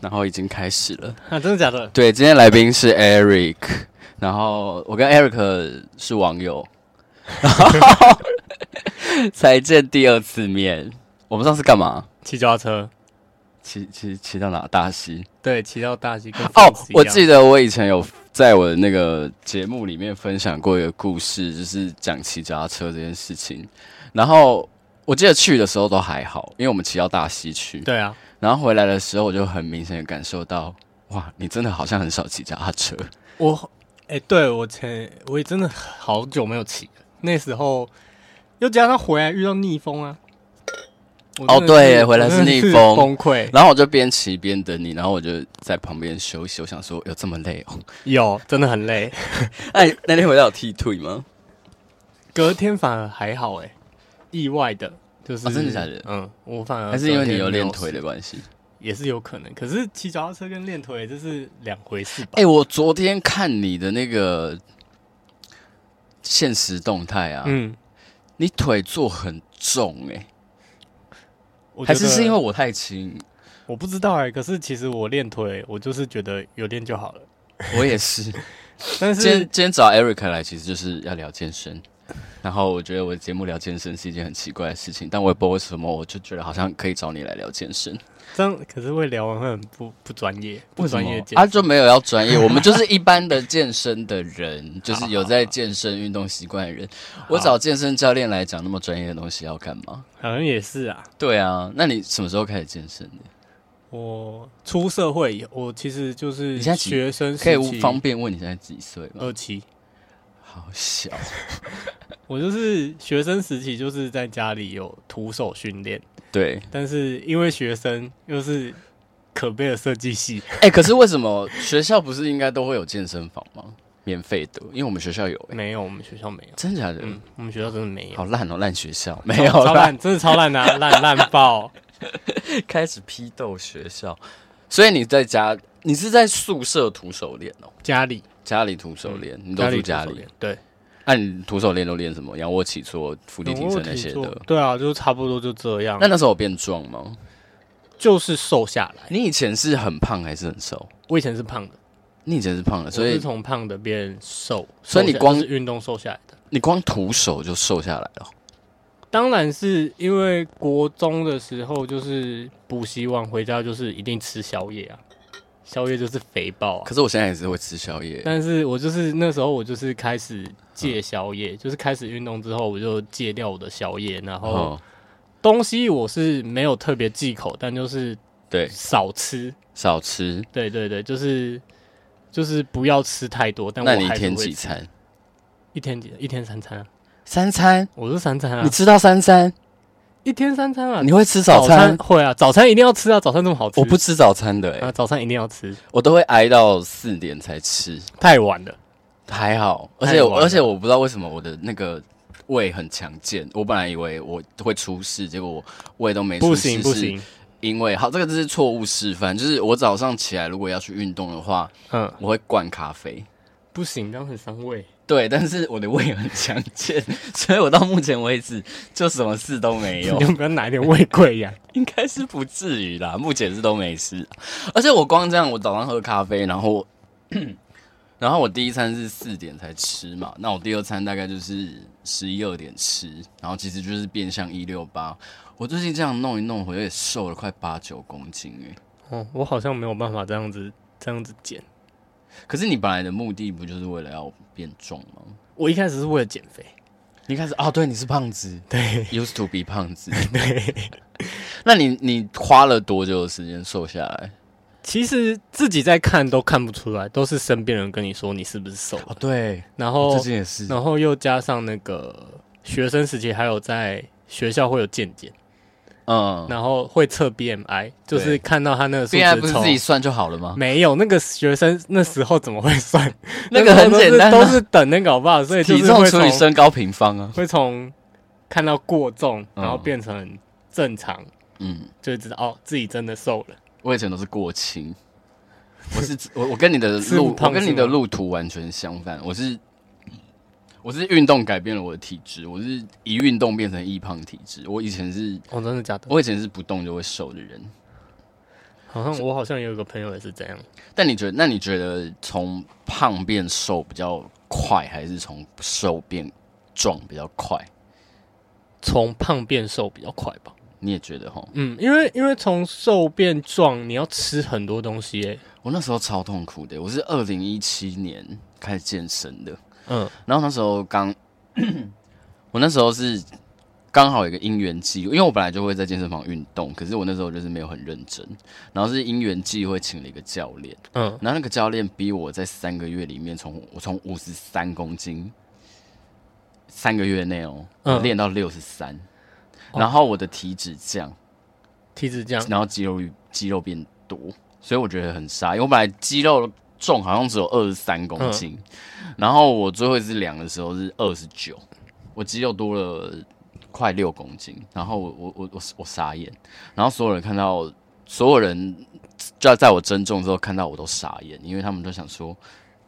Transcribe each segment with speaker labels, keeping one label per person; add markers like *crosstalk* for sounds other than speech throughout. Speaker 1: 然后已经开始了。 *laughs*
Speaker 2: 啊，真的假的？
Speaker 1: 对，今天来宾是 Eric，然后我跟 Eric 是网友，然后才见第二次面。我们上次干嘛？
Speaker 2: 骑脚踏车，
Speaker 1: 骑骑骑到哪？大溪。
Speaker 2: 对，骑到大溪跟
Speaker 1: 哦
Speaker 2: 疯子，一啊
Speaker 1: 我
Speaker 2: 样
Speaker 1: 记得我以前有在我的那个节目里面分享过一个故事，就是讲骑脚踏车这件事情。然后我记得去的时候都还好，因为我们骑到大溪去。
Speaker 2: 对啊，
Speaker 1: 然后回来的时候，我就很明显的感受到，哇，你真的好像很少骑脚踏车。
Speaker 2: 我哎、对我前我也真的好久没有骑了，那时候又加上回来遇到逆风啊。我
Speaker 1: 哦
Speaker 2: 真的
Speaker 1: 对耶
Speaker 2: 我
Speaker 1: 回来是
Speaker 2: 真的
Speaker 1: 逆风
Speaker 2: 崩溃。
Speaker 1: 然后我就边骑边等你，然后我就在旁边休息。我想说，有这么累哦？
Speaker 2: 有真的很累，
Speaker 1: 哎，那天回来有剃腿吗？
Speaker 2: 隔天反而还好哎、意外的，就是、
Speaker 1: 哦真的假的
Speaker 2: 嗯，我反
Speaker 1: *laughs*
Speaker 2: 而
Speaker 1: 还是因为你有
Speaker 2: 隔天没
Speaker 1: 练腿
Speaker 2: 事
Speaker 1: 的关系？
Speaker 2: 也是有可能。可是骑脚踏车跟练腿这是两回事吧？
Speaker 1: 哎、我昨天看你的那个现实动态啊，
Speaker 2: 嗯，
Speaker 1: 你腿做很重哎、
Speaker 2: 我觉
Speaker 1: 还
Speaker 2: 得
Speaker 1: 是是因为我太轻？
Speaker 2: 我不知道哎、可是其实我练腿，我就是觉得有练就
Speaker 1: *laughs*
Speaker 2: 好了。
Speaker 1: 我也
Speaker 2: *laughs*
Speaker 1: 是。
Speaker 2: 但
Speaker 1: 今天
Speaker 2: 是
Speaker 1: 今天找 Eric 来，其实就是要聊健身。然后我觉得我的节目聊健身是一件很奇怪的事情，但我也不知道为什么，我就觉得好像可以找你来聊健身。
Speaker 2: 这样，可是会聊完会很不不专业，不专业健
Speaker 1: 啊，
Speaker 2: 身
Speaker 1: 就没有要专业，我们就是一般的健身的
Speaker 2: *laughs*
Speaker 1: 人，就是有在健身运动习惯的人。我找健身教练来讲那么专业的东西要干嘛？
Speaker 2: 好像也是啊。
Speaker 1: 对啊，那你什么时候开始健身的？
Speaker 2: 我出社会以后，我其实就是
Speaker 1: 你现在几
Speaker 2: 学生时
Speaker 1: 可以无
Speaker 2: 期
Speaker 1: 方便问你现在几岁吗？
Speaker 2: 二期，
Speaker 1: 好小，
Speaker 2: 我就是学生时期就是在家里有徒手训练，
Speaker 1: 对，
Speaker 2: 但是因为学生又是可悲的设
Speaker 1: *laughs*
Speaker 2: 计系，
Speaker 1: 哎、可是为什么学校不是应该都会有健身房吗？免费的，因为我们学校有、哎，
Speaker 2: 没有我们学校没有，
Speaker 1: 真的假的？
Speaker 2: 嗯，我们学校真的没有，
Speaker 1: 好烂哦，烂学校没
Speaker 2: 超
Speaker 1: 有
Speaker 2: 超
Speaker 1: 啦，
Speaker 2: 烂，真的超烂啊，烂烂爆。
Speaker 1: 开始批斗学校。所以你在家，你是在宿舍徒手练哦，
Speaker 2: 家里
Speaker 1: 家里徒手练，你都住家
Speaker 2: 嗯徒手
Speaker 1: 里
Speaker 2: 练。对。
Speaker 1: 那、你徒手练都练什么？仰卧起坐、伏地挺身那些
Speaker 2: 嗯有问题
Speaker 1: 的
Speaker 2: 做。对啊，就差不多就这样
Speaker 1: 那。那时候有变壮吗？
Speaker 2: 就是瘦下来。
Speaker 1: 你以前是很胖还是很瘦？
Speaker 2: 我以前是胖的，
Speaker 1: 你以前是胖的，所
Speaker 2: 我是
Speaker 1: 以
Speaker 2: 从胖的变瘦，
Speaker 1: 所以你
Speaker 2: 瘦下
Speaker 1: 光
Speaker 2: 就是运动瘦下来的。
Speaker 1: 你光徒手就瘦下来
Speaker 2: 哦
Speaker 1: 了。
Speaker 2: 当然是因为国中的时候，就是补习完回家就是一定吃宵夜啊，宵夜就是肥爆啊。
Speaker 1: 可是我现在也是会吃宵夜，
Speaker 2: 但是我就是那时候我就是开始戒宵夜，就是开始运动之后我就戒掉我的宵夜，然后
Speaker 1: 哦，
Speaker 2: 东西我是没有特别忌口，但就是
Speaker 1: 对，
Speaker 2: 少吃。
Speaker 1: 少吃。
Speaker 2: 对对对，就是就是不要吃太多，但我
Speaker 1: 那你一
Speaker 2: 还是
Speaker 1: 天
Speaker 2: 会
Speaker 1: 几
Speaker 2: 吃？
Speaker 1: 餐？
Speaker 2: 一天几？一天三餐啊，
Speaker 1: 三餐？
Speaker 2: 我是三餐啊
Speaker 1: 你，吃到三餐？
Speaker 2: 一天三餐啊。
Speaker 1: 你会吃
Speaker 2: 早
Speaker 1: 早餐？
Speaker 2: 会啊，早餐一定要吃啊，早餐这么好吃，
Speaker 1: 我不吃早餐的、欸，
Speaker 2: 啊，早餐一定要吃，
Speaker 1: 我都会挨到四点才吃，
Speaker 2: 太晚了。
Speaker 1: 还好。而
Speaker 2: 太
Speaker 1: 且
Speaker 2: 晚
Speaker 1: 我
Speaker 2: 了
Speaker 1: 而且我不知道为什么我的那个胃很强健，我本来以为我会出事，结果我胃都没出
Speaker 2: 不
Speaker 1: 事，
Speaker 2: 行不，行，
Speaker 1: 因为好，这个就是错误示范，就是我早上起来如果要去运动的话，
Speaker 2: 嗯，
Speaker 1: 我会灌咖啡。
Speaker 2: 不行，这样很伤胃。
Speaker 1: 对，但是我的胃很强健，所以我到目前为止就什么事都没
Speaker 2: 你
Speaker 1: 有。
Speaker 2: 要不要拿一点胃溃疡？ *laughs*
Speaker 1: *laughs* 应该是不至于啦，目前是都没事。啊而且我光这样，我早上喝咖啡，然后然后我第一餐是四点才吃嘛，那我第二餐大概就是十一二点吃，然后其实就是变相一六八。我最近这样弄一弄，我也瘦了快八九公斤欸诶、
Speaker 2: 哦，我好像没有办法这样子这样子减。
Speaker 1: 可是你本来的目的不就是为了要变重吗？
Speaker 2: 我一开始是为了减肥， *laughs*
Speaker 1: 你一开始哦，对，你是胖子
Speaker 2: 对
Speaker 1: ，used to be 胖 *laughs* 子。
Speaker 2: 对。
Speaker 1: 那你你花了多久的时间瘦下来？
Speaker 2: 其实自己在看都看不出来，都是身边人跟你说你是不是瘦了，
Speaker 1: 哦，对，
Speaker 2: 然后
Speaker 1: 近也是
Speaker 2: 然后又加上那个学生时期，还有在学校会有健检，
Speaker 1: 嗯
Speaker 2: 然后会测 BMI，就是看到他那个数
Speaker 1: ，B I 不
Speaker 2: 值
Speaker 1: 是
Speaker 2: 从
Speaker 1: 自己算就好了吗？
Speaker 2: 没有那个学生那时候怎么会
Speaker 1: *laughs*
Speaker 2: 算？
Speaker 1: 那个很简单啊
Speaker 2: 那时候都是都是等那个好不好？所以就
Speaker 1: 体
Speaker 2: 是
Speaker 1: 重
Speaker 2: 会
Speaker 1: 除以
Speaker 2: 从
Speaker 1: 身高平方啊。
Speaker 2: 会从看到过重，
Speaker 1: 嗯
Speaker 2: 然后变成正常，
Speaker 1: 嗯，
Speaker 2: 就会知道哦自己真的瘦了。
Speaker 1: 我以前都是过轻， *laughs* 我是我我跟你的
Speaker 2: 是
Speaker 1: 路，
Speaker 2: 胖
Speaker 1: 我跟
Speaker 2: 是
Speaker 1: 你的
Speaker 2: 吗
Speaker 1: 路途完全相反。我是我是运动改变了我的体质，我是一运动变成易胖体质。我以前是
Speaker 2: 哦，真的假的？
Speaker 1: 我以前是不动就会瘦的人，
Speaker 2: 好像我好像有一个朋友也是这样，
Speaker 1: 但你觉得，那你觉得从胖变瘦比较快，还是从瘦变壮比较快？
Speaker 2: 从胖变瘦比较快吧。
Speaker 1: 你也觉得吼？
Speaker 2: 嗯，因为因为从瘦变壮，你要吃很多东西、欸，
Speaker 1: 我那时候超痛苦的，我是二零一七年开始健身的，
Speaker 2: 嗯
Speaker 1: 然后那时候刚， *coughs* 我那时候是刚好有一个因缘际会，因为我本来就会在健身房运动，可是我那时候就是没有很认真，然后是因缘际会请了一个教练，
Speaker 2: 嗯，
Speaker 1: 然后那个教练逼我在三个月里面从我从五十三公斤，三个月内哦，
Speaker 2: 嗯
Speaker 1: 我练到六十三，然后我的体脂降，
Speaker 2: 体脂 *laughs* 这样，
Speaker 1: 然后肌肉肌肉变多，所以我觉得很傻，因为我本来肌肉重好像只有二十三
Speaker 2: 嗯
Speaker 1: 公斤，然后我最后一次量的时候是二十九，我肌肉多了快六公斤，然后我我我我我傻眼，然后所有人看到所有人就在我增重之后看到我都傻眼，因为他们都想说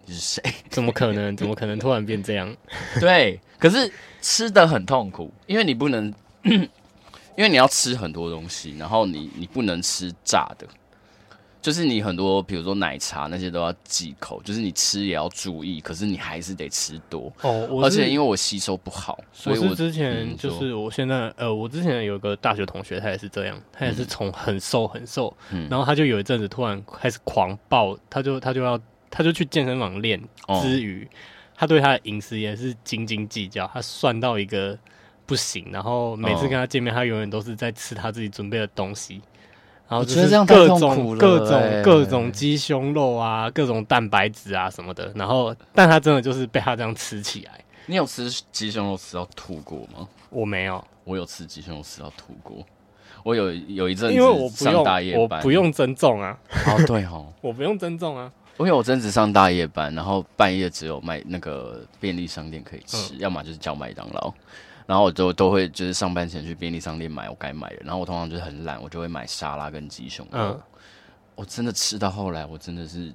Speaker 1: 你是谁？
Speaker 2: 怎么可能？怎么可能突然变这样？
Speaker 1: 对，可是吃的很痛苦，因为你不能， *coughs* 因为你要吃很多东西，然后你你不能吃炸的，就是你很多比如说奶茶那些都要忌口，就是你吃也要注意，可是你还是得吃多，
Speaker 2: 哦，我
Speaker 1: 而且
Speaker 2: 是
Speaker 1: 因为我吸收不好，所
Speaker 2: 我
Speaker 1: 以我
Speaker 2: 是之前
Speaker 1: 嗯
Speaker 2: 就
Speaker 1: 说
Speaker 2: 是我现在呃，我之前有一个大学同学，他也是这样，他也是从很瘦很瘦，
Speaker 1: 嗯
Speaker 2: 然后他就有一阵子突然开始狂暴，他就他就要他就去健身房练
Speaker 1: 哦
Speaker 2: 之余，他对他的饮食也是斤斤计较，他算到一个不行，然后每次
Speaker 1: 哦
Speaker 2: 跟他见面，他永远都是在吃他自己准备的东西。然后就
Speaker 1: 我觉得
Speaker 2: 是
Speaker 1: 这样太
Speaker 2: 各
Speaker 1: 痛苦
Speaker 2: 种
Speaker 1: 了
Speaker 2: 各种
Speaker 1: 欸
Speaker 2: 各种鸡胸肉啊，各种蛋白质啊什么的，然后但他真的就是被他这样吃起来，
Speaker 1: 你有吃鸡胸肉吃到吐过吗？
Speaker 2: 我没有，
Speaker 1: 我有吃鸡胸肉吃到吐过，我有有一阵
Speaker 2: 因为我
Speaker 1: 子
Speaker 2: 不
Speaker 1: 上大夜
Speaker 2: 用，我
Speaker 1: 班，
Speaker 2: 不用增重啊，
Speaker 1: 哦，对哦。
Speaker 2: 我不用增重啊。
Speaker 1: 因为我真子上大夜班，然后半夜只有卖那个便利商店可以吃，
Speaker 2: 嗯
Speaker 1: 要么就是叫麦当劳，然后我就都会就是上班前去便利商店买我该买的，然后我通常就是很懒，我就会买沙拉跟鸡胸肉。
Speaker 2: 嗯
Speaker 1: 我真的吃到后来，我真的是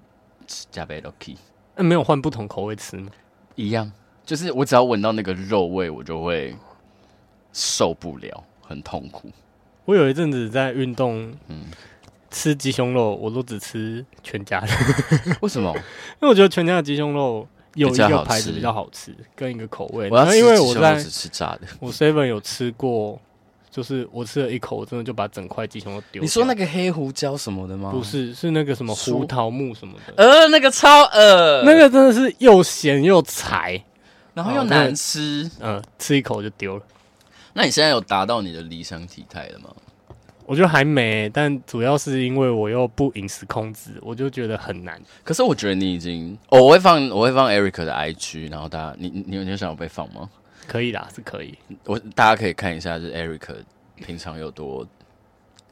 Speaker 1: 吃加倍 lucky
Speaker 2: 那呃没有换不同口味吃吗？
Speaker 1: 一样，就是我只要闻到那个肉味，我就会受不了，很痛苦。
Speaker 2: 我有一阵子在运动，
Speaker 1: 嗯
Speaker 2: 吃鸡胸肉，我都只吃全家的，
Speaker 1: 为什
Speaker 2: *laughs*
Speaker 1: 么？
Speaker 2: 因为我觉得全家的鸡胸肉有一
Speaker 1: 比较
Speaker 2: 个
Speaker 1: 好
Speaker 2: 牌子
Speaker 1: 吃
Speaker 2: 比较好吃，跟一个口味。
Speaker 1: 我要
Speaker 2: 然后
Speaker 1: 吃
Speaker 2: 因为
Speaker 1: 鸡
Speaker 2: 我
Speaker 1: 胸肉
Speaker 2: 在
Speaker 1: 只吃炸的。
Speaker 2: 我 seven 有吃过，就是我吃了一口，我真的就把整块鸡胸肉丢掉。
Speaker 1: 你说那个黑胡椒什么的吗？
Speaker 2: 不，是是那个什么
Speaker 1: 酥
Speaker 2: 胡桃木什么的，
Speaker 1: 呃，那个超呃，
Speaker 2: 那个真的是又咸又柴，
Speaker 1: 然后又
Speaker 2: 哦那
Speaker 1: 难吃。
Speaker 2: 嗯、吃一口就丢了。
Speaker 1: 那你现在有达到你的理想体态了吗？
Speaker 2: 我觉得还没，但主要是因为我又不饮食控制，我就觉得很难。
Speaker 1: 可是我觉得你已经，哦、我会放我会放 Eric 的 IG，然后大家你你你有你有想要被放吗？
Speaker 2: 可以啦，是可以。
Speaker 1: 我大家可以看一下，就是 Eric 平常有多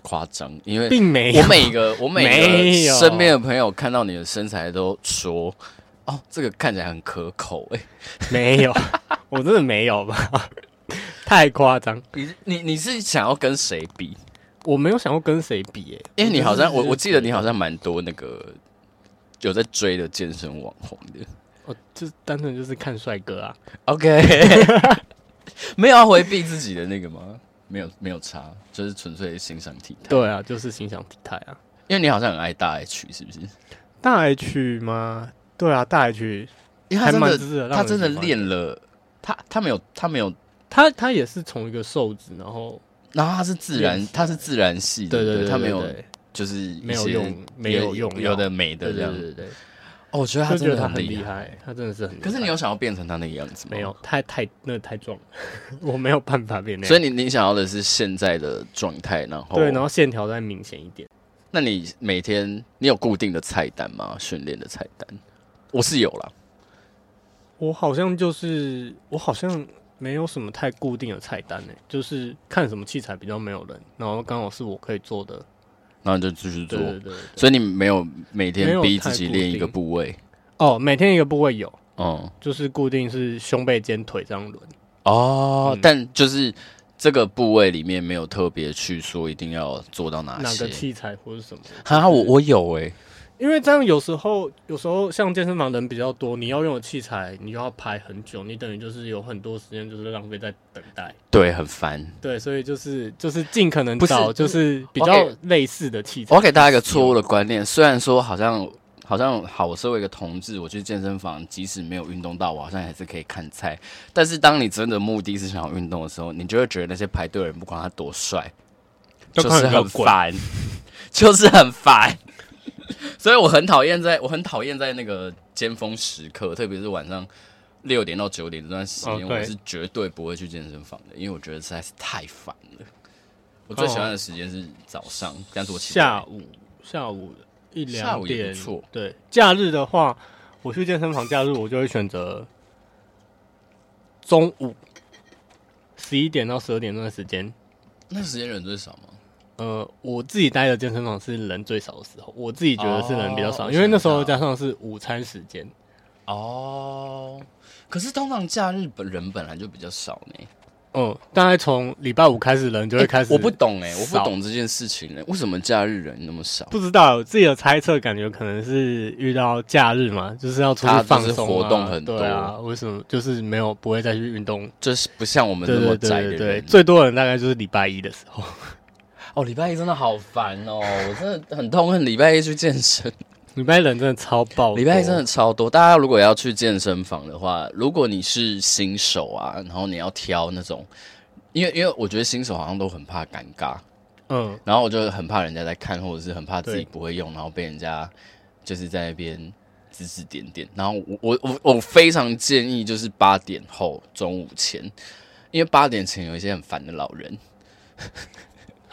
Speaker 1: 夸张，因为
Speaker 2: 并没有
Speaker 1: 我每个我每
Speaker 2: 没有
Speaker 1: 个身边的朋友看到你的身材都说，哦，这个看起来很可口哎、
Speaker 2: 没有，我真的没有吧？ *laughs* 太夸张，
Speaker 1: 你你你是想要跟谁比？
Speaker 2: 我没有想过跟谁比耶、
Speaker 1: 因为你好像我我记得你
Speaker 2: 好
Speaker 1: 好像蛮多那个有在追的健身网红的。
Speaker 2: 我哦就是单纯就是看帅哥啊，
Speaker 1: *laughs* OK，没有要回避自己的那个吗？没有，没有差，就是纯粹欣赏体态。，
Speaker 2: 对啊，就是欣赏体态啊。
Speaker 1: 因为你好像很爱大 H，是不是？
Speaker 2: 大 H 吗？对啊，大 H
Speaker 1: 因为
Speaker 2: 还
Speaker 1: 他真
Speaker 2: 蛮
Speaker 1: 的，
Speaker 2: 值得让人喜欢，
Speaker 1: 他真的练了，他他没有，他没有，
Speaker 2: 他他也是从一个瘦子，然后
Speaker 1: 然后他是自然
Speaker 2: 练，
Speaker 1: 他是自然系的，
Speaker 2: 对对对，
Speaker 1: 他没有
Speaker 2: 对，对
Speaker 1: 就是一
Speaker 2: 没有
Speaker 1: 些
Speaker 2: 用没有用药
Speaker 1: 有的没的这
Speaker 2: 对对
Speaker 1: 样。
Speaker 2: 对对，
Speaker 1: 哦，我觉得
Speaker 2: 对
Speaker 1: 他
Speaker 2: 就
Speaker 1: 真
Speaker 2: 觉得
Speaker 1: 的
Speaker 2: 他
Speaker 1: 很
Speaker 2: 很厉
Speaker 1: 厉害。
Speaker 2: 害，他真的是很厉害。
Speaker 1: 可是你有想要变成他那个样子吗？
Speaker 2: 没有，，太太那太壮了， *laughs* 我没有办法变那样。
Speaker 1: 所以你你想要的是现在的状态，然后
Speaker 2: 对，然后线条再明显一点。
Speaker 1: 那你每天你有固定的菜单吗？训练的菜单，我是有啦。
Speaker 2: 我好像就是我好像没有什么太固定的菜单呢、就是看什么器材比较没有人，然后刚好是我可以做的。
Speaker 1: 然后就继续做
Speaker 2: 对。对对对
Speaker 1: 所以你没有每
Speaker 2: 没
Speaker 1: 天
Speaker 2: 有
Speaker 1: 逼
Speaker 2: 太
Speaker 1: 自己
Speaker 2: 固
Speaker 1: 练一
Speaker 2: 定
Speaker 1: 个部位，
Speaker 2: 哦，每天一个部位有，
Speaker 1: 嗯，
Speaker 2: 就是固定是胸背肩腿这样轮。
Speaker 1: 哦
Speaker 2: 嗯
Speaker 1: 但就是这个部位里面没有特别去说一定要做到哪
Speaker 2: 哪
Speaker 1: 些
Speaker 2: 个。器材或者什么？
Speaker 1: 哈，我我有哎、
Speaker 2: 因为这样有时候有时候像健身房人比较多，你要用的器材你又要排很久，你等于就是有很多时间就是浪费在等待。
Speaker 1: 对，很烦。
Speaker 2: 对，所以就是就是尽可能
Speaker 1: 不是嗯哦
Speaker 2: 找就是比
Speaker 1: 我
Speaker 2: 较
Speaker 1: 给
Speaker 2: 类似的器材。
Speaker 1: 我要给大家一个错误的观念，虽然说好像好像好，我身为一个同志，我去健身房，即使没有运动到，我好像还是可以看菜。但是当你真的目的是想要运动的时候，你就会觉得那些排队的人不管他多帅，
Speaker 2: 都
Speaker 1: 就是
Speaker 2: 看得比较
Speaker 1: 很
Speaker 2: 滚
Speaker 1: 烦，就是很烦。 *laughs* 所以我很讨厌在，我很讨厌在那个尖峰时刻，特别是晚上六点到九点这段时间，
Speaker 2: 哦对
Speaker 1: 我是绝对不会去健身房的，因为我觉得实在是太烦了。我最喜欢的时间是早上，但是我起不来
Speaker 2: 哦下午下午一
Speaker 1: 下
Speaker 2: 两
Speaker 1: 午也不
Speaker 2: 点
Speaker 1: 错，
Speaker 2: 对，假日的话，我去健身房假日我就会选择中午十一点到十二点那段时间。
Speaker 1: 那时间人最少吗？
Speaker 2: 呃，我自己待的健身房是人最少的时候，我自己觉得是人比较少，
Speaker 1: 哦
Speaker 2: 因为那时
Speaker 1: 我
Speaker 2: 候
Speaker 1: 想知道
Speaker 2: 加上是午餐时间，
Speaker 1: 哦，可是通常假日本人本来就比较少呢。
Speaker 2: 嗯，大概从礼拜五开始人就会开始，
Speaker 1: 我不懂哎、我不
Speaker 2: 少
Speaker 1: 懂这件事情呢、为什么假日人那么少？
Speaker 2: *laughs* 不知道，我自己的猜测感觉可能是遇到假日嘛，就是要出去
Speaker 1: 大家
Speaker 2: 放
Speaker 1: 就是
Speaker 2: 松、啊，
Speaker 1: 活动很多
Speaker 2: 对啊，为什么就是没有不会再去运动？
Speaker 1: 就是不像我们
Speaker 2: 对
Speaker 1: 那么
Speaker 2: 对
Speaker 1: 宅
Speaker 2: 对
Speaker 1: 的
Speaker 2: 对
Speaker 1: 人。
Speaker 2: 对，最多人大概就是礼拜一的时候，
Speaker 1: 哦，礼拜一真的好烦哦，我真的很痛恨礼拜一去健身。
Speaker 2: 礼拜一人真的超爆多，
Speaker 1: 礼拜一真的超多，大家如果要去健身房的话，如果你是新手啊，然后你要挑那种，因为因为我觉得新手好像都很怕尴尬，
Speaker 2: 嗯，
Speaker 1: 然后我就很怕人家在看，或者是很怕自己
Speaker 2: 对
Speaker 1: 不会用，然后被人家就是在那边指指点点。然后我我我我非常建议就是八点后中午前，因为八点前有一些很烦的老人，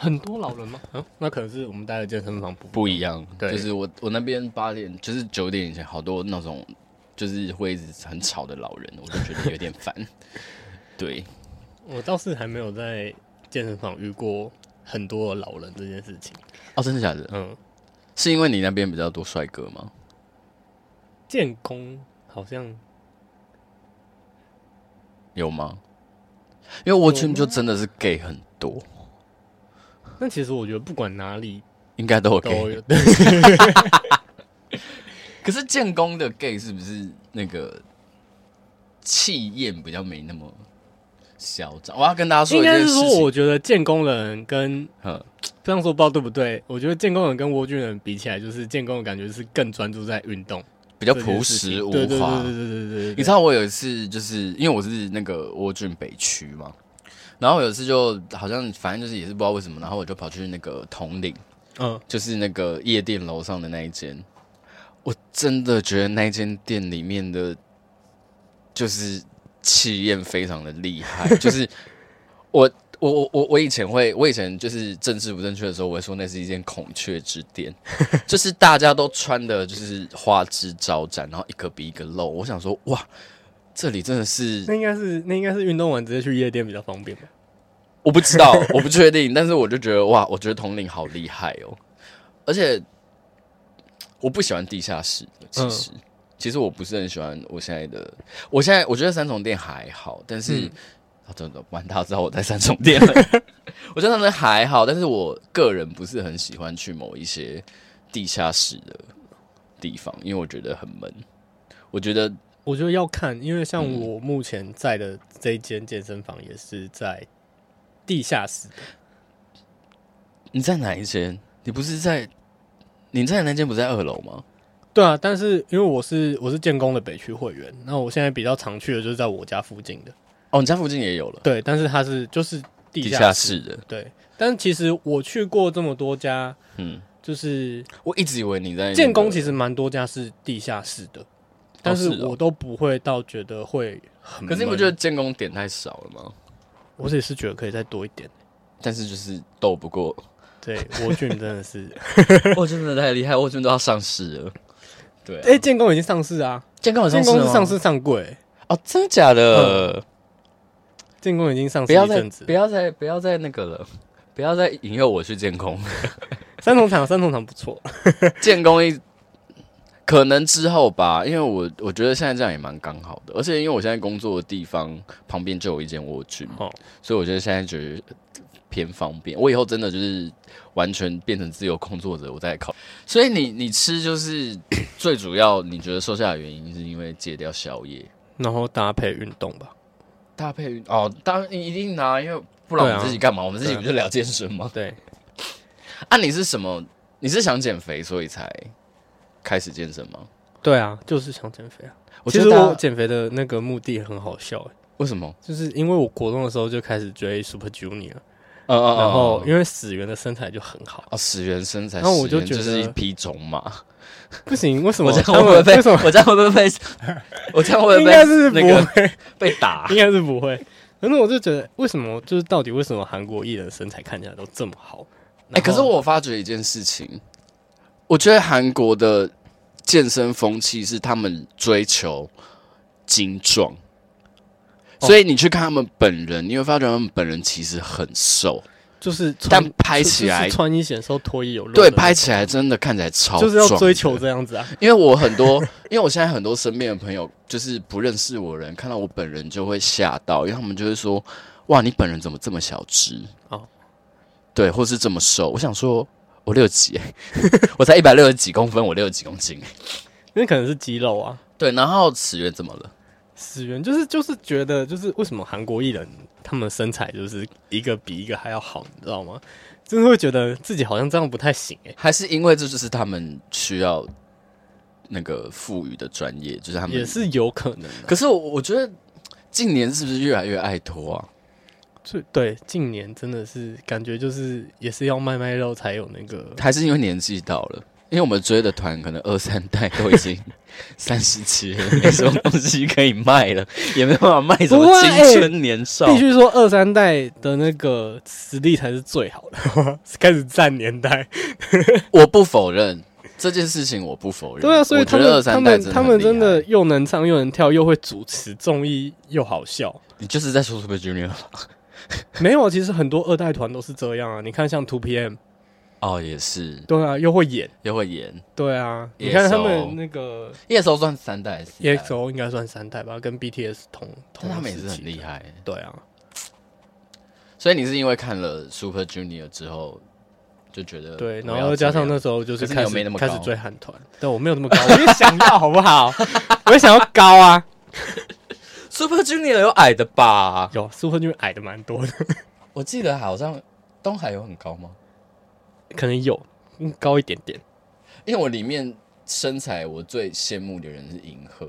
Speaker 2: 很多老人吗？嗯，那可能是我们待的健身房不
Speaker 1: 不一样。
Speaker 2: 对
Speaker 1: 就是我我那边八点就是九点以前，好多那种就是会一直很吵的老人，我就觉得有点
Speaker 2: *laughs*
Speaker 1: 烦。对，
Speaker 2: 我倒是还没有在健身房遇过很多的老人这件事情，
Speaker 1: 哦，真的假的？
Speaker 2: 嗯，
Speaker 1: 是因为你那边比较多帅哥吗？
Speaker 2: 建工好像
Speaker 1: 有吗？因为我
Speaker 2: 有
Speaker 1: 群
Speaker 2: 吗
Speaker 1: 就真的是 gay 很多，
Speaker 2: 那其实我觉得不管哪里
Speaker 1: 应该都有 gay
Speaker 2: 都有，对
Speaker 1: 可是建工的 gay 是不是那个气焰比较没那么嚣张？我要跟大家说
Speaker 2: 应
Speaker 1: 一
Speaker 2: 该
Speaker 1: 件
Speaker 2: 是
Speaker 1: 事
Speaker 2: 说，
Speaker 1: 情，
Speaker 2: 我觉得建工人跟
Speaker 1: 嗯，
Speaker 2: 这样说不知道对不对？我觉得建工人跟蜗居人比起来，就是建工的感觉是更专注在运动，
Speaker 1: 比
Speaker 2: 比
Speaker 1: 较朴实无
Speaker 2: 对对
Speaker 1: 华
Speaker 2: 对。对对对对，
Speaker 1: 你知道我有一次就是因为我是那个沃郡北区嘛，然后我有一次就好像反正就是也是不知道为什么，然后我就跑去那个铜陵，
Speaker 2: 嗯，
Speaker 1: 就是那个夜店楼上的那一间，我真的觉得那一间店里面的，就是气焰非常的厉害。就是我我我我我以前会，我以前就是政治不正确的时候，我会说那是一间孔雀之店，就是大家都穿的就是花枝招展，然后一个比一个露。我想说，哇，这里真的是
Speaker 2: 那应该是那应该是运动完直接去夜店比较方便吧？
Speaker 1: 我不知道， *laughs* 我不确定，但是我就觉得哇，我觉得统领好厉害哦，而且我不喜欢地下室，其实、其实我不是很喜欢我现在的，我现在我觉得三重店还好，但是、
Speaker 2: 嗯
Speaker 1: 啊，真的完，大家知道我在三重店了，我觉得他们还好，但是我个人不是很喜欢去某一些地下室的地方，因为我觉得很闷，我觉得
Speaker 2: 我觉得要看，因为像
Speaker 1: 嗯
Speaker 2: 我目前在的这一间健身房也是在地下室的，
Speaker 1: 你在哪一间？你不是在你在那间不是在二楼吗？
Speaker 2: 对啊，但是因为我是我是建工的北区会员，那我现在比较常去的就是在我家附近的，
Speaker 1: 哦，你家附近也有了。
Speaker 2: 对，但是它是就是地
Speaker 1: 地
Speaker 2: 下
Speaker 1: 下室的。
Speaker 2: 对，但其实我去过这么多家，
Speaker 1: 嗯，
Speaker 2: 就是
Speaker 1: 我一直以为你在
Speaker 2: 建工，其
Speaker 1: 实，
Speaker 2: 实蛮多家是地下室的，
Speaker 1: 哦
Speaker 2: 但
Speaker 1: 是
Speaker 2: 是
Speaker 1: 哦
Speaker 2: 我都不会到觉得会很闷。
Speaker 1: 可是你不觉得建工点太少了吗？
Speaker 2: 我自己是觉得可以再多一点。
Speaker 1: 但是就是斗不过，
Speaker 2: 对，我俊真的是，
Speaker 1: *laughs* 我真的太厉害，我真的都要上市了。对、
Speaker 2: *laughs*
Speaker 1: 啊
Speaker 2: 哎、建工已经上市啊，
Speaker 1: 建工有
Speaker 2: 建
Speaker 1: 上市
Speaker 2: 工是
Speaker 1: 吗？
Speaker 2: 上市上柜，
Speaker 1: 哦，真的假的？
Speaker 2: 建工已经上
Speaker 1: 不
Speaker 2: 市
Speaker 1: 要
Speaker 2: 一
Speaker 1: 再
Speaker 2: 阵子
Speaker 1: 不。要再不要再那个了，不要再引诱我去建工。 *laughs*
Speaker 2: 三重厂，三重厂不错，
Speaker 1: 建工一可能之后吧，因为我我觉得现在这样也蛮刚好的，而且因为我现在工作的地方旁边就有一间蜗居，
Speaker 2: 哦
Speaker 1: 所以我觉得现在觉得偏方便。我以后真的就是完全变成自由工作者，我再考。所以你你吃就是最主要，你觉得瘦下来的原因是因为戒掉宵夜，
Speaker 2: 然后搭配运动吧。
Speaker 1: 搭配运哦，当然一定拿，因为不然我们
Speaker 2: 对啊
Speaker 1: 自己干嘛？我们自己
Speaker 2: 对啊
Speaker 1: 不就聊健身吗？
Speaker 2: 对，
Speaker 1: 啊，你是什么？你是想减肥所以才开始健身吗？
Speaker 2: 对啊，就是想减肥啊。
Speaker 1: 我
Speaker 2: 其
Speaker 1: 觉
Speaker 2: 实
Speaker 1: 得大
Speaker 2: 我
Speaker 1: 家
Speaker 2: 减肥的那个目的很好笑、欸，
Speaker 1: 为什么？
Speaker 2: 就是因为我国中的时候就开始追 Super Junior，、
Speaker 1: 嗯嗯
Speaker 2: 然后
Speaker 1: 嗯
Speaker 2: 因为死源的身材就很好，
Speaker 1: 哦，死原身材，
Speaker 2: 然后我
Speaker 1: 死
Speaker 2: 就
Speaker 1: 原
Speaker 2: 觉
Speaker 1: 就
Speaker 2: 得
Speaker 1: 是一匹种马。
Speaker 2: 不行，为什么
Speaker 1: 我这
Speaker 2: 他
Speaker 1: 样会
Speaker 2: 们
Speaker 1: 不会被
Speaker 2: *laughs* 为什？么？
Speaker 1: 我这样会不会被？我这样会不会
Speaker 2: *laughs* 应
Speaker 1: 被？
Speaker 2: 该是不
Speaker 1: 那
Speaker 2: 会，
Speaker 1: 个
Speaker 2: *laughs*
Speaker 1: 被打
Speaker 2: 应？该是不会。反正我就觉得，为什么就是到底为什么韩国艺人身材看起来都这么好？
Speaker 1: 哎、
Speaker 2: 然后
Speaker 1: 可是我发觉一件事情，我觉得韩国的健身风气是他们追求精壮，
Speaker 2: 哦
Speaker 1: 所以你去看他们本人，你会发觉他们本人其实很瘦，
Speaker 2: 就是穿
Speaker 1: 但拍起
Speaker 2: 就是
Speaker 1: 来
Speaker 2: 就是穿衣显瘦脱衣有肉，
Speaker 1: 对，拍起来真的看起来超
Speaker 2: 就是要
Speaker 1: 壮
Speaker 2: 追
Speaker 1: 的
Speaker 2: 求这样子啊。
Speaker 1: 因为我很多， *laughs* 因为我现在很多身边的朋友，就是不认识我的人，看到我本人就会吓到，因为他们就会说：“哇，你本人怎么这么小只？”哦
Speaker 2: 哦，
Speaker 1: 对，或是这么瘦。我想说，我六几、欸， *laughs* 我才一百六十几公分，我六十几公斤、欸。
Speaker 2: 因为可能是肌肉啊。
Speaker 1: 对，然后尺月怎么了？
Speaker 2: 始源就是就是觉得就是为什么韩国艺人他们身材就是一个比一个还要好，你知道吗？就是会觉得自己好像这样不太行哎、
Speaker 1: 还是因为这就是他们需要那个赋予的专业，就是他们
Speaker 2: 也。是有可能啊的、
Speaker 1: 可是我我觉得近年是不是越来越爱拖啊？
Speaker 2: 最对近年真的是感觉就是也是要卖卖肉才有那个，
Speaker 1: 还是因为年纪到了，因为我们追的团可能二三代都已
Speaker 2: *laughs*
Speaker 1: 经三十几了，没什么东西可以卖了，也没办法卖什么
Speaker 2: 不会哎
Speaker 1: 青春年少。
Speaker 2: 必须说二三代的那个实力才是最好的， *laughs* 开始占年代。
Speaker 1: 我不否认这件事情，我不否认。
Speaker 2: 对啊，所以
Speaker 1: 我
Speaker 2: 他
Speaker 1: 觉得
Speaker 2: 们
Speaker 1: 二
Speaker 2: 他
Speaker 1: 三代
Speaker 2: 们
Speaker 1: 真的
Speaker 2: 他
Speaker 1: 很
Speaker 2: 们
Speaker 1: 厉
Speaker 2: 真的
Speaker 1: 害，
Speaker 2: 又能唱又能跳，又会主持综艺又好笑。
Speaker 1: 你就是在说 Super Junior
Speaker 2: 没有，其实很多二代团都是这样啊。你看像 Two PM，
Speaker 1: 哦，也是
Speaker 2: 对啊，又会演，
Speaker 1: 又会演。
Speaker 2: 对啊。
Speaker 1: EXO
Speaker 2: 你看他们那个
Speaker 1: 叶时候算三代还是四代
Speaker 2: EXO 应该 E 算三代吧，跟 BTS 同同
Speaker 1: 但他们也是
Speaker 2: 时
Speaker 1: 很
Speaker 2: 期
Speaker 1: 厉
Speaker 2: 的。
Speaker 1: 害。
Speaker 2: 对啊，
Speaker 1: 所以你是因为看了 Super Junior 之后就觉得
Speaker 2: 对，
Speaker 1: 我
Speaker 2: 然
Speaker 1: 要
Speaker 2: 后加
Speaker 1: 这
Speaker 2: 上
Speaker 1: 样
Speaker 2: 那时候就是
Speaker 1: 可是你
Speaker 2: 开
Speaker 1: 又没那
Speaker 2: 始
Speaker 1: 么高啊
Speaker 2: 开始追韩团，对我没有那么高，我也想要好不好？我也想要高啊。
Speaker 1: Super Junior 有矮的吧？
Speaker 2: 有苏慧君矮的蛮多的，
Speaker 1: 我记得好像东海有很高吗？
Speaker 2: 可能有嗯高一点点。
Speaker 1: 因为我里面身材我最羡慕的人是银赫，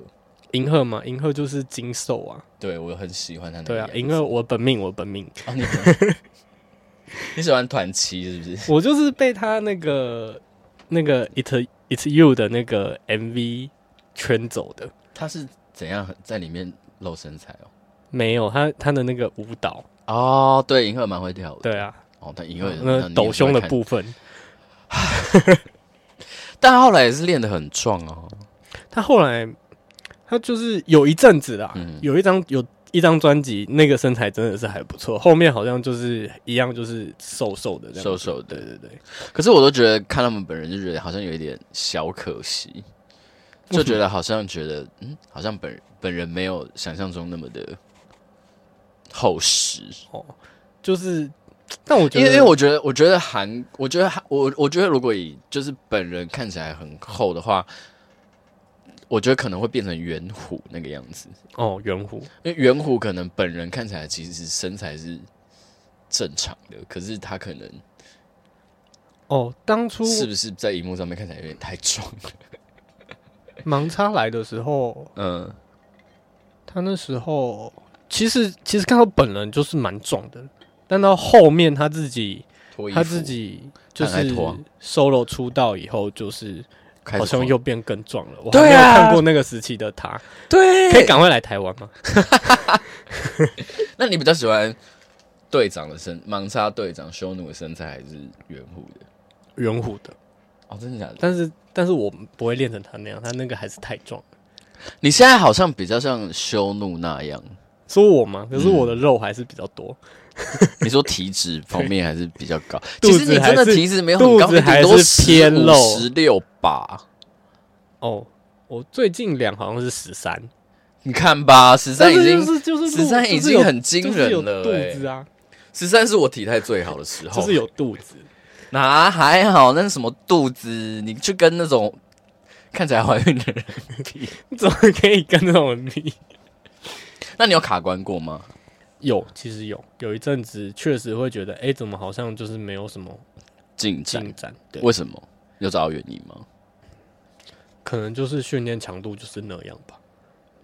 Speaker 2: 银赫嘛，银赫就是精瘦啊，
Speaker 1: 对我很喜欢他那个
Speaker 2: 对啊
Speaker 1: 样，子。
Speaker 2: 银赫我本命我本命，
Speaker 1: 哦，你很 *laughs* 你喜欢团七是不是？
Speaker 2: *laughs* 我就是被他那个那个 It It's You 的那个 MV 圈走的。
Speaker 1: 他是怎样在里面露身材哦？
Speaker 2: 没有他他的那个舞蹈，
Speaker 1: 哦，对，银赫蛮会跳舞的。
Speaker 2: 对啊，
Speaker 1: 哦，但银赫也是
Speaker 2: 那抖胸的，部分，
Speaker 1: 那但后来也是练得很壮哦。
Speaker 2: 他后来他就是有一阵子啦，
Speaker 1: 嗯
Speaker 2: 有一张有一张专辑，那个身材真的是还不错。后面好像就是一样，就是瘦瘦的这样，
Speaker 1: 瘦瘦的
Speaker 2: 对对对，
Speaker 1: 可是我都觉得看他们本人就觉得好像有一点小可惜，
Speaker 2: 为什
Speaker 1: 就
Speaker 2: 么
Speaker 1: 觉得好像觉得嗯，好像本本人没有想象中那么的厚实。
Speaker 2: 哦，就是，但我觉
Speaker 1: 因为
Speaker 2: 得，
Speaker 1: 因为我觉得，我觉得韩，我觉得韩，我我觉得如果以就是本人看起来很厚的话，我觉得可能会变成圆虎那个样子，
Speaker 2: 哦，圆弧，
Speaker 1: 因为圆虎可能本人看起来其实是身材是正常的，可是他可能
Speaker 2: 哦，当初
Speaker 1: 是不是在荧幕上面看起来有点太壮 *laughs* 了？
Speaker 2: 盲插来的时候，
Speaker 1: 嗯，
Speaker 2: 他那时候其实其实看到本人就是蛮壮的，但到后面他自己
Speaker 1: 脱衣服
Speaker 2: 他自己就
Speaker 1: 他
Speaker 2: 是
Speaker 1: 很爱脱啊
Speaker 2: solo 出道以后，就是
Speaker 1: 开始
Speaker 2: 好像
Speaker 1: 狂
Speaker 2: 又变更壮了。我还
Speaker 1: 对
Speaker 2: 没有
Speaker 1: 啊
Speaker 2: 看过那个时期的他，
Speaker 1: *laughs* 对
Speaker 2: 可以赶快来台湾吗？
Speaker 1: 那你比较喜欢队长的身盲叉队长修努的身材，还是圆虎的？
Speaker 2: 圆弧的，
Speaker 1: 哦，真的假的？
Speaker 2: 但是但是我不会练成他那样，他那个还是太壮。
Speaker 1: 你现在好像比较像修努那样。
Speaker 2: 说我吗？可是我
Speaker 1: 嗯
Speaker 2: 的肉还是比较多，
Speaker 1: 你说体脂方面还是比较高，
Speaker 2: 对
Speaker 1: 其实你真的体脂没有很高，
Speaker 2: 肚子还
Speaker 1: 你顶多
Speaker 2: 是肚子还是偏肉
Speaker 1: 十六吧。
Speaker 2: 哦。我最近量好像是十三，
Speaker 1: 你看吧，十三
Speaker 2: 但
Speaker 1: 已
Speaker 2: 是
Speaker 1: 经
Speaker 2: 就是就是
Speaker 1: 13
Speaker 2: 就是
Speaker 1: 已经
Speaker 2: 有
Speaker 1: 很惊
Speaker 2: 就是有
Speaker 1: 人了欸
Speaker 2: 肚子啊，
Speaker 3: 十三是我体态最好的时候，
Speaker 2: *laughs* 就是有肚子，
Speaker 1: 哪还好？那是什么肚子？你去跟那种看起来怀孕的人比，
Speaker 2: 你 *laughs* 怎么可以跟那种你？
Speaker 1: 那你有卡关过吗？
Speaker 2: 有，其实有，有一阵子确实会觉得，哎、怎么好像就是没有什么
Speaker 1: 进展？
Speaker 2: 进展？对，
Speaker 1: 为什么？有找到原因吗？
Speaker 2: 可能就是训练强度就是那样吧。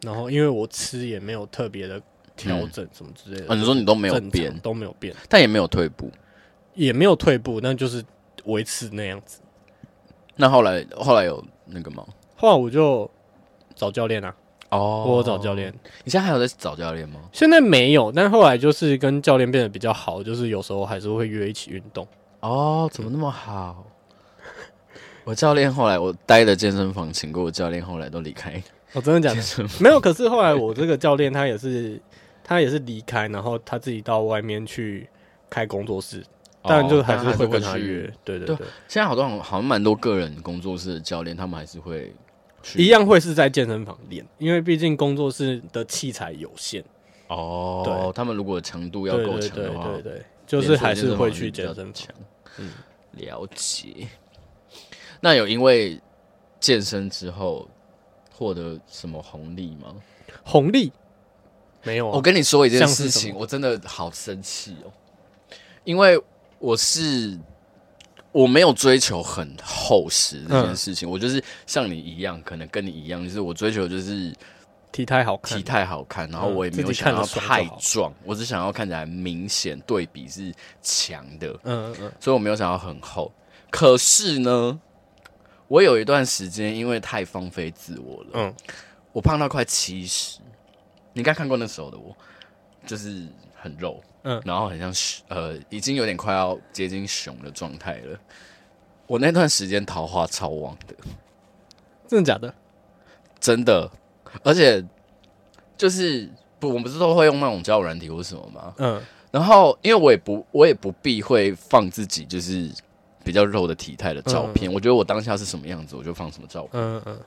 Speaker 2: 然后因为我吃也没有特别的调整什么之类的，
Speaker 1: 啊，你说你都没
Speaker 2: 嗯没
Speaker 1: 有变，
Speaker 2: 都没有变，
Speaker 1: 但也没有退步。
Speaker 2: 也没有退步，但就是维持那样子。
Speaker 1: 那后来后来有那个吗？
Speaker 2: 后来我就找教练啊，
Speaker 1: 哦
Speaker 2: 我有找教练，
Speaker 1: 你现在还有在找教练吗？
Speaker 2: 现在没有，但后来就是跟教练变得比较好，就是有时候还是会约一起运动。
Speaker 1: 哦，怎么那么好？ *laughs* 我教练后来我待的健身房，请过我教练，后来都离
Speaker 2: *laughs*
Speaker 1: 开
Speaker 2: 我、哦真的假
Speaker 1: 健
Speaker 2: 的？
Speaker 1: 身房。
Speaker 2: 没有，可是后来我这个教练他也是，他也是离开，然后他自己到外面去开工作室，
Speaker 1: 哦
Speaker 2: 但就还是会跟他
Speaker 1: 去
Speaker 2: 约。。对对
Speaker 1: 对啊
Speaker 2: 对，
Speaker 1: 现在好多好像蛮多个人工作室的教练，他们还是会去
Speaker 2: 一样会是在健身房练，因为毕竟工作室的器材有限。
Speaker 1: 哦
Speaker 2: 对。
Speaker 1: 他们如果强度要
Speaker 2: 对
Speaker 1: 够
Speaker 2: 对
Speaker 1: 强
Speaker 2: 对
Speaker 1: 的话，
Speaker 2: 对对，就是还是会去健身
Speaker 1: 比较
Speaker 2: 房。嗯
Speaker 1: 强。了解。那有因为健身之后获得什么红利吗？
Speaker 2: 红利没有
Speaker 1: 我
Speaker 2: 啊？
Speaker 1: 跟你说一件
Speaker 2: 像是
Speaker 1: 事
Speaker 2: 什
Speaker 1: 情，
Speaker 2: 么
Speaker 1: 我真的好生气哦，因为我是我没有追求很厚实这件事
Speaker 2: 嗯
Speaker 1: 情，我就是像你一样，可能跟你一样，就是我追求就是
Speaker 2: 体态好看
Speaker 1: 体，态好看，然后
Speaker 2: 嗯
Speaker 1: 我也没有
Speaker 2: 自己
Speaker 1: 想
Speaker 2: 看得
Speaker 1: 要
Speaker 2: 爽就
Speaker 1: 太
Speaker 2: 好
Speaker 1: 壮，我只想要看起来明显对比是强的，
Speaker 2: 嗯嗯嗯，
Speaker 1: 所以我没有想要很厚。可是呢，我有一段时间因为太放飞自我了，
Speaker 2: 嗯，
Speaker 1: 我胖到快七十。你应该看过那时候的我，就是很肉，嗯
Speaker 2: 嗯，
Speaker 1: 然后很像熊呃，已经有点快要接近熊的状态了。我那段时间桃花超旺的，
Speaker 2: 真的假的？
Speaker 1: 真的，而且就是不，我们不是都会用那种交友软体或什么吗？
Speaker 2: 嗯，
Speaker 1: 然后因为我也不我也不避讳放自己就是比较肉的体态的照片，我觉得我当下是什么样子，我就放什么照片。
Speaker 2: 嗯嗯，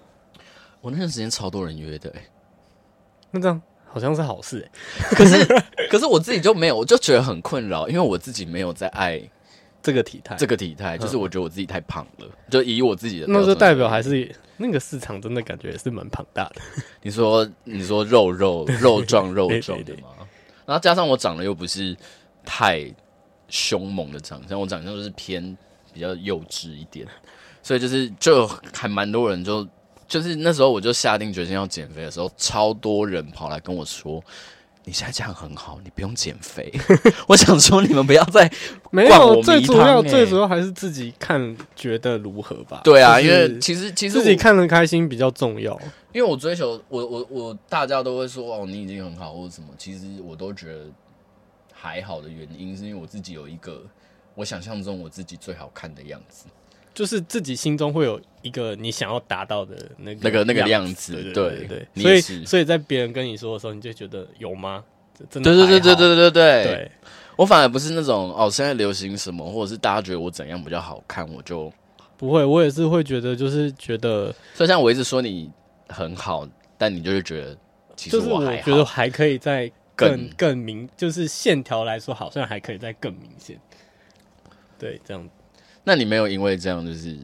Speaker 1: 我那段时间超多人约的、欸
Speaker 2: 那这样好像是好事、欸，
Speaker 1: 可是可是我自己就没有，我就觉得很困扰，因为我自己没有在爱
Speaker 2: 这个体态，
Speaker 1: 这个体态，就是我觉得我自己太胖了，就以我自己的标
Speaker 2: 嗯那
Speaker 1: 准
Speaker 2: 就代表还是那个市场真的感觉也是蛮庞大的。
Speaker 1: 你说你说肉肉肉壮肉壮的
Speaker 2: 对对
Speaker 1: 吗？然后加上我长得又不是太凶猛的长相，我长相就是偏比较幼稚一点，所以就是就还蛮多人就就是那时候我就下定决心要减肥的时候，超多人跑来跟我说。你现在这样很好，你不用减肥。 *laughs* 我想说，你们不要再
Speaker 2: 没
Speaker 1: 灌我
Speaker 2: 有，
Speaker 1: 迷
Speaker 2: 最主
Speaker 1: 汤
Speaker 2: 要、
Speaker 1: 欸
Speaker 2: 最主要还是自己看觉得如何吧。
Speaker 1: 对啊，
Speaker 2: 就
Speaker 1: 因
Speaker 2: 是
Speaker 1: 为其实其实
Speaker 2: 自己
Speaker 1: 我
Speaker 2: 看得开心比较重要。
Speaker 1: 因为我追求我我我大家都会说哦你已经很好或者什么，其实我都觉得还好的原因是因为我自己有一个我想象中我自己最好看的样子，
Speaker 2: 就是自己心中会有一个你想要达到的那个
Speaker 1: 那个那个
Speaker 2: 样
Speaker 1: 样子
Speaker 2: 对
Speaker 1: 对
Speaker 2: 对
Speaker 1: 你
Speaker 2: 所
Speaker 1: 也
Speaker 2: 以
Speaker 1: 是
Speaker 2: 所以在别人跟你说的时候，你就觉得有吗？这真的
Speaker 1: 对对对对
Speaker 2: 对
Speaker 1: 对对对，
Speaker 2: 对，
Speaker 1: 我反而不是那种哦现在流行什么，或者是大家觉得我怎样比较好看，我就
Speaker 2: 不会，我也是会觉得就是觉得
Speaker 1: 所以像我一直说你很好，但你就会觉得其实
Speaker 2: 就是我
Speaker 1: 还好，
Speaker 2: 觉得还可以再更
Speaker 1: 更
Speaker 2: 更明，就是线条来说好像还可以再更明显。对，这样
Speaker 1: 那你没有因为这样就是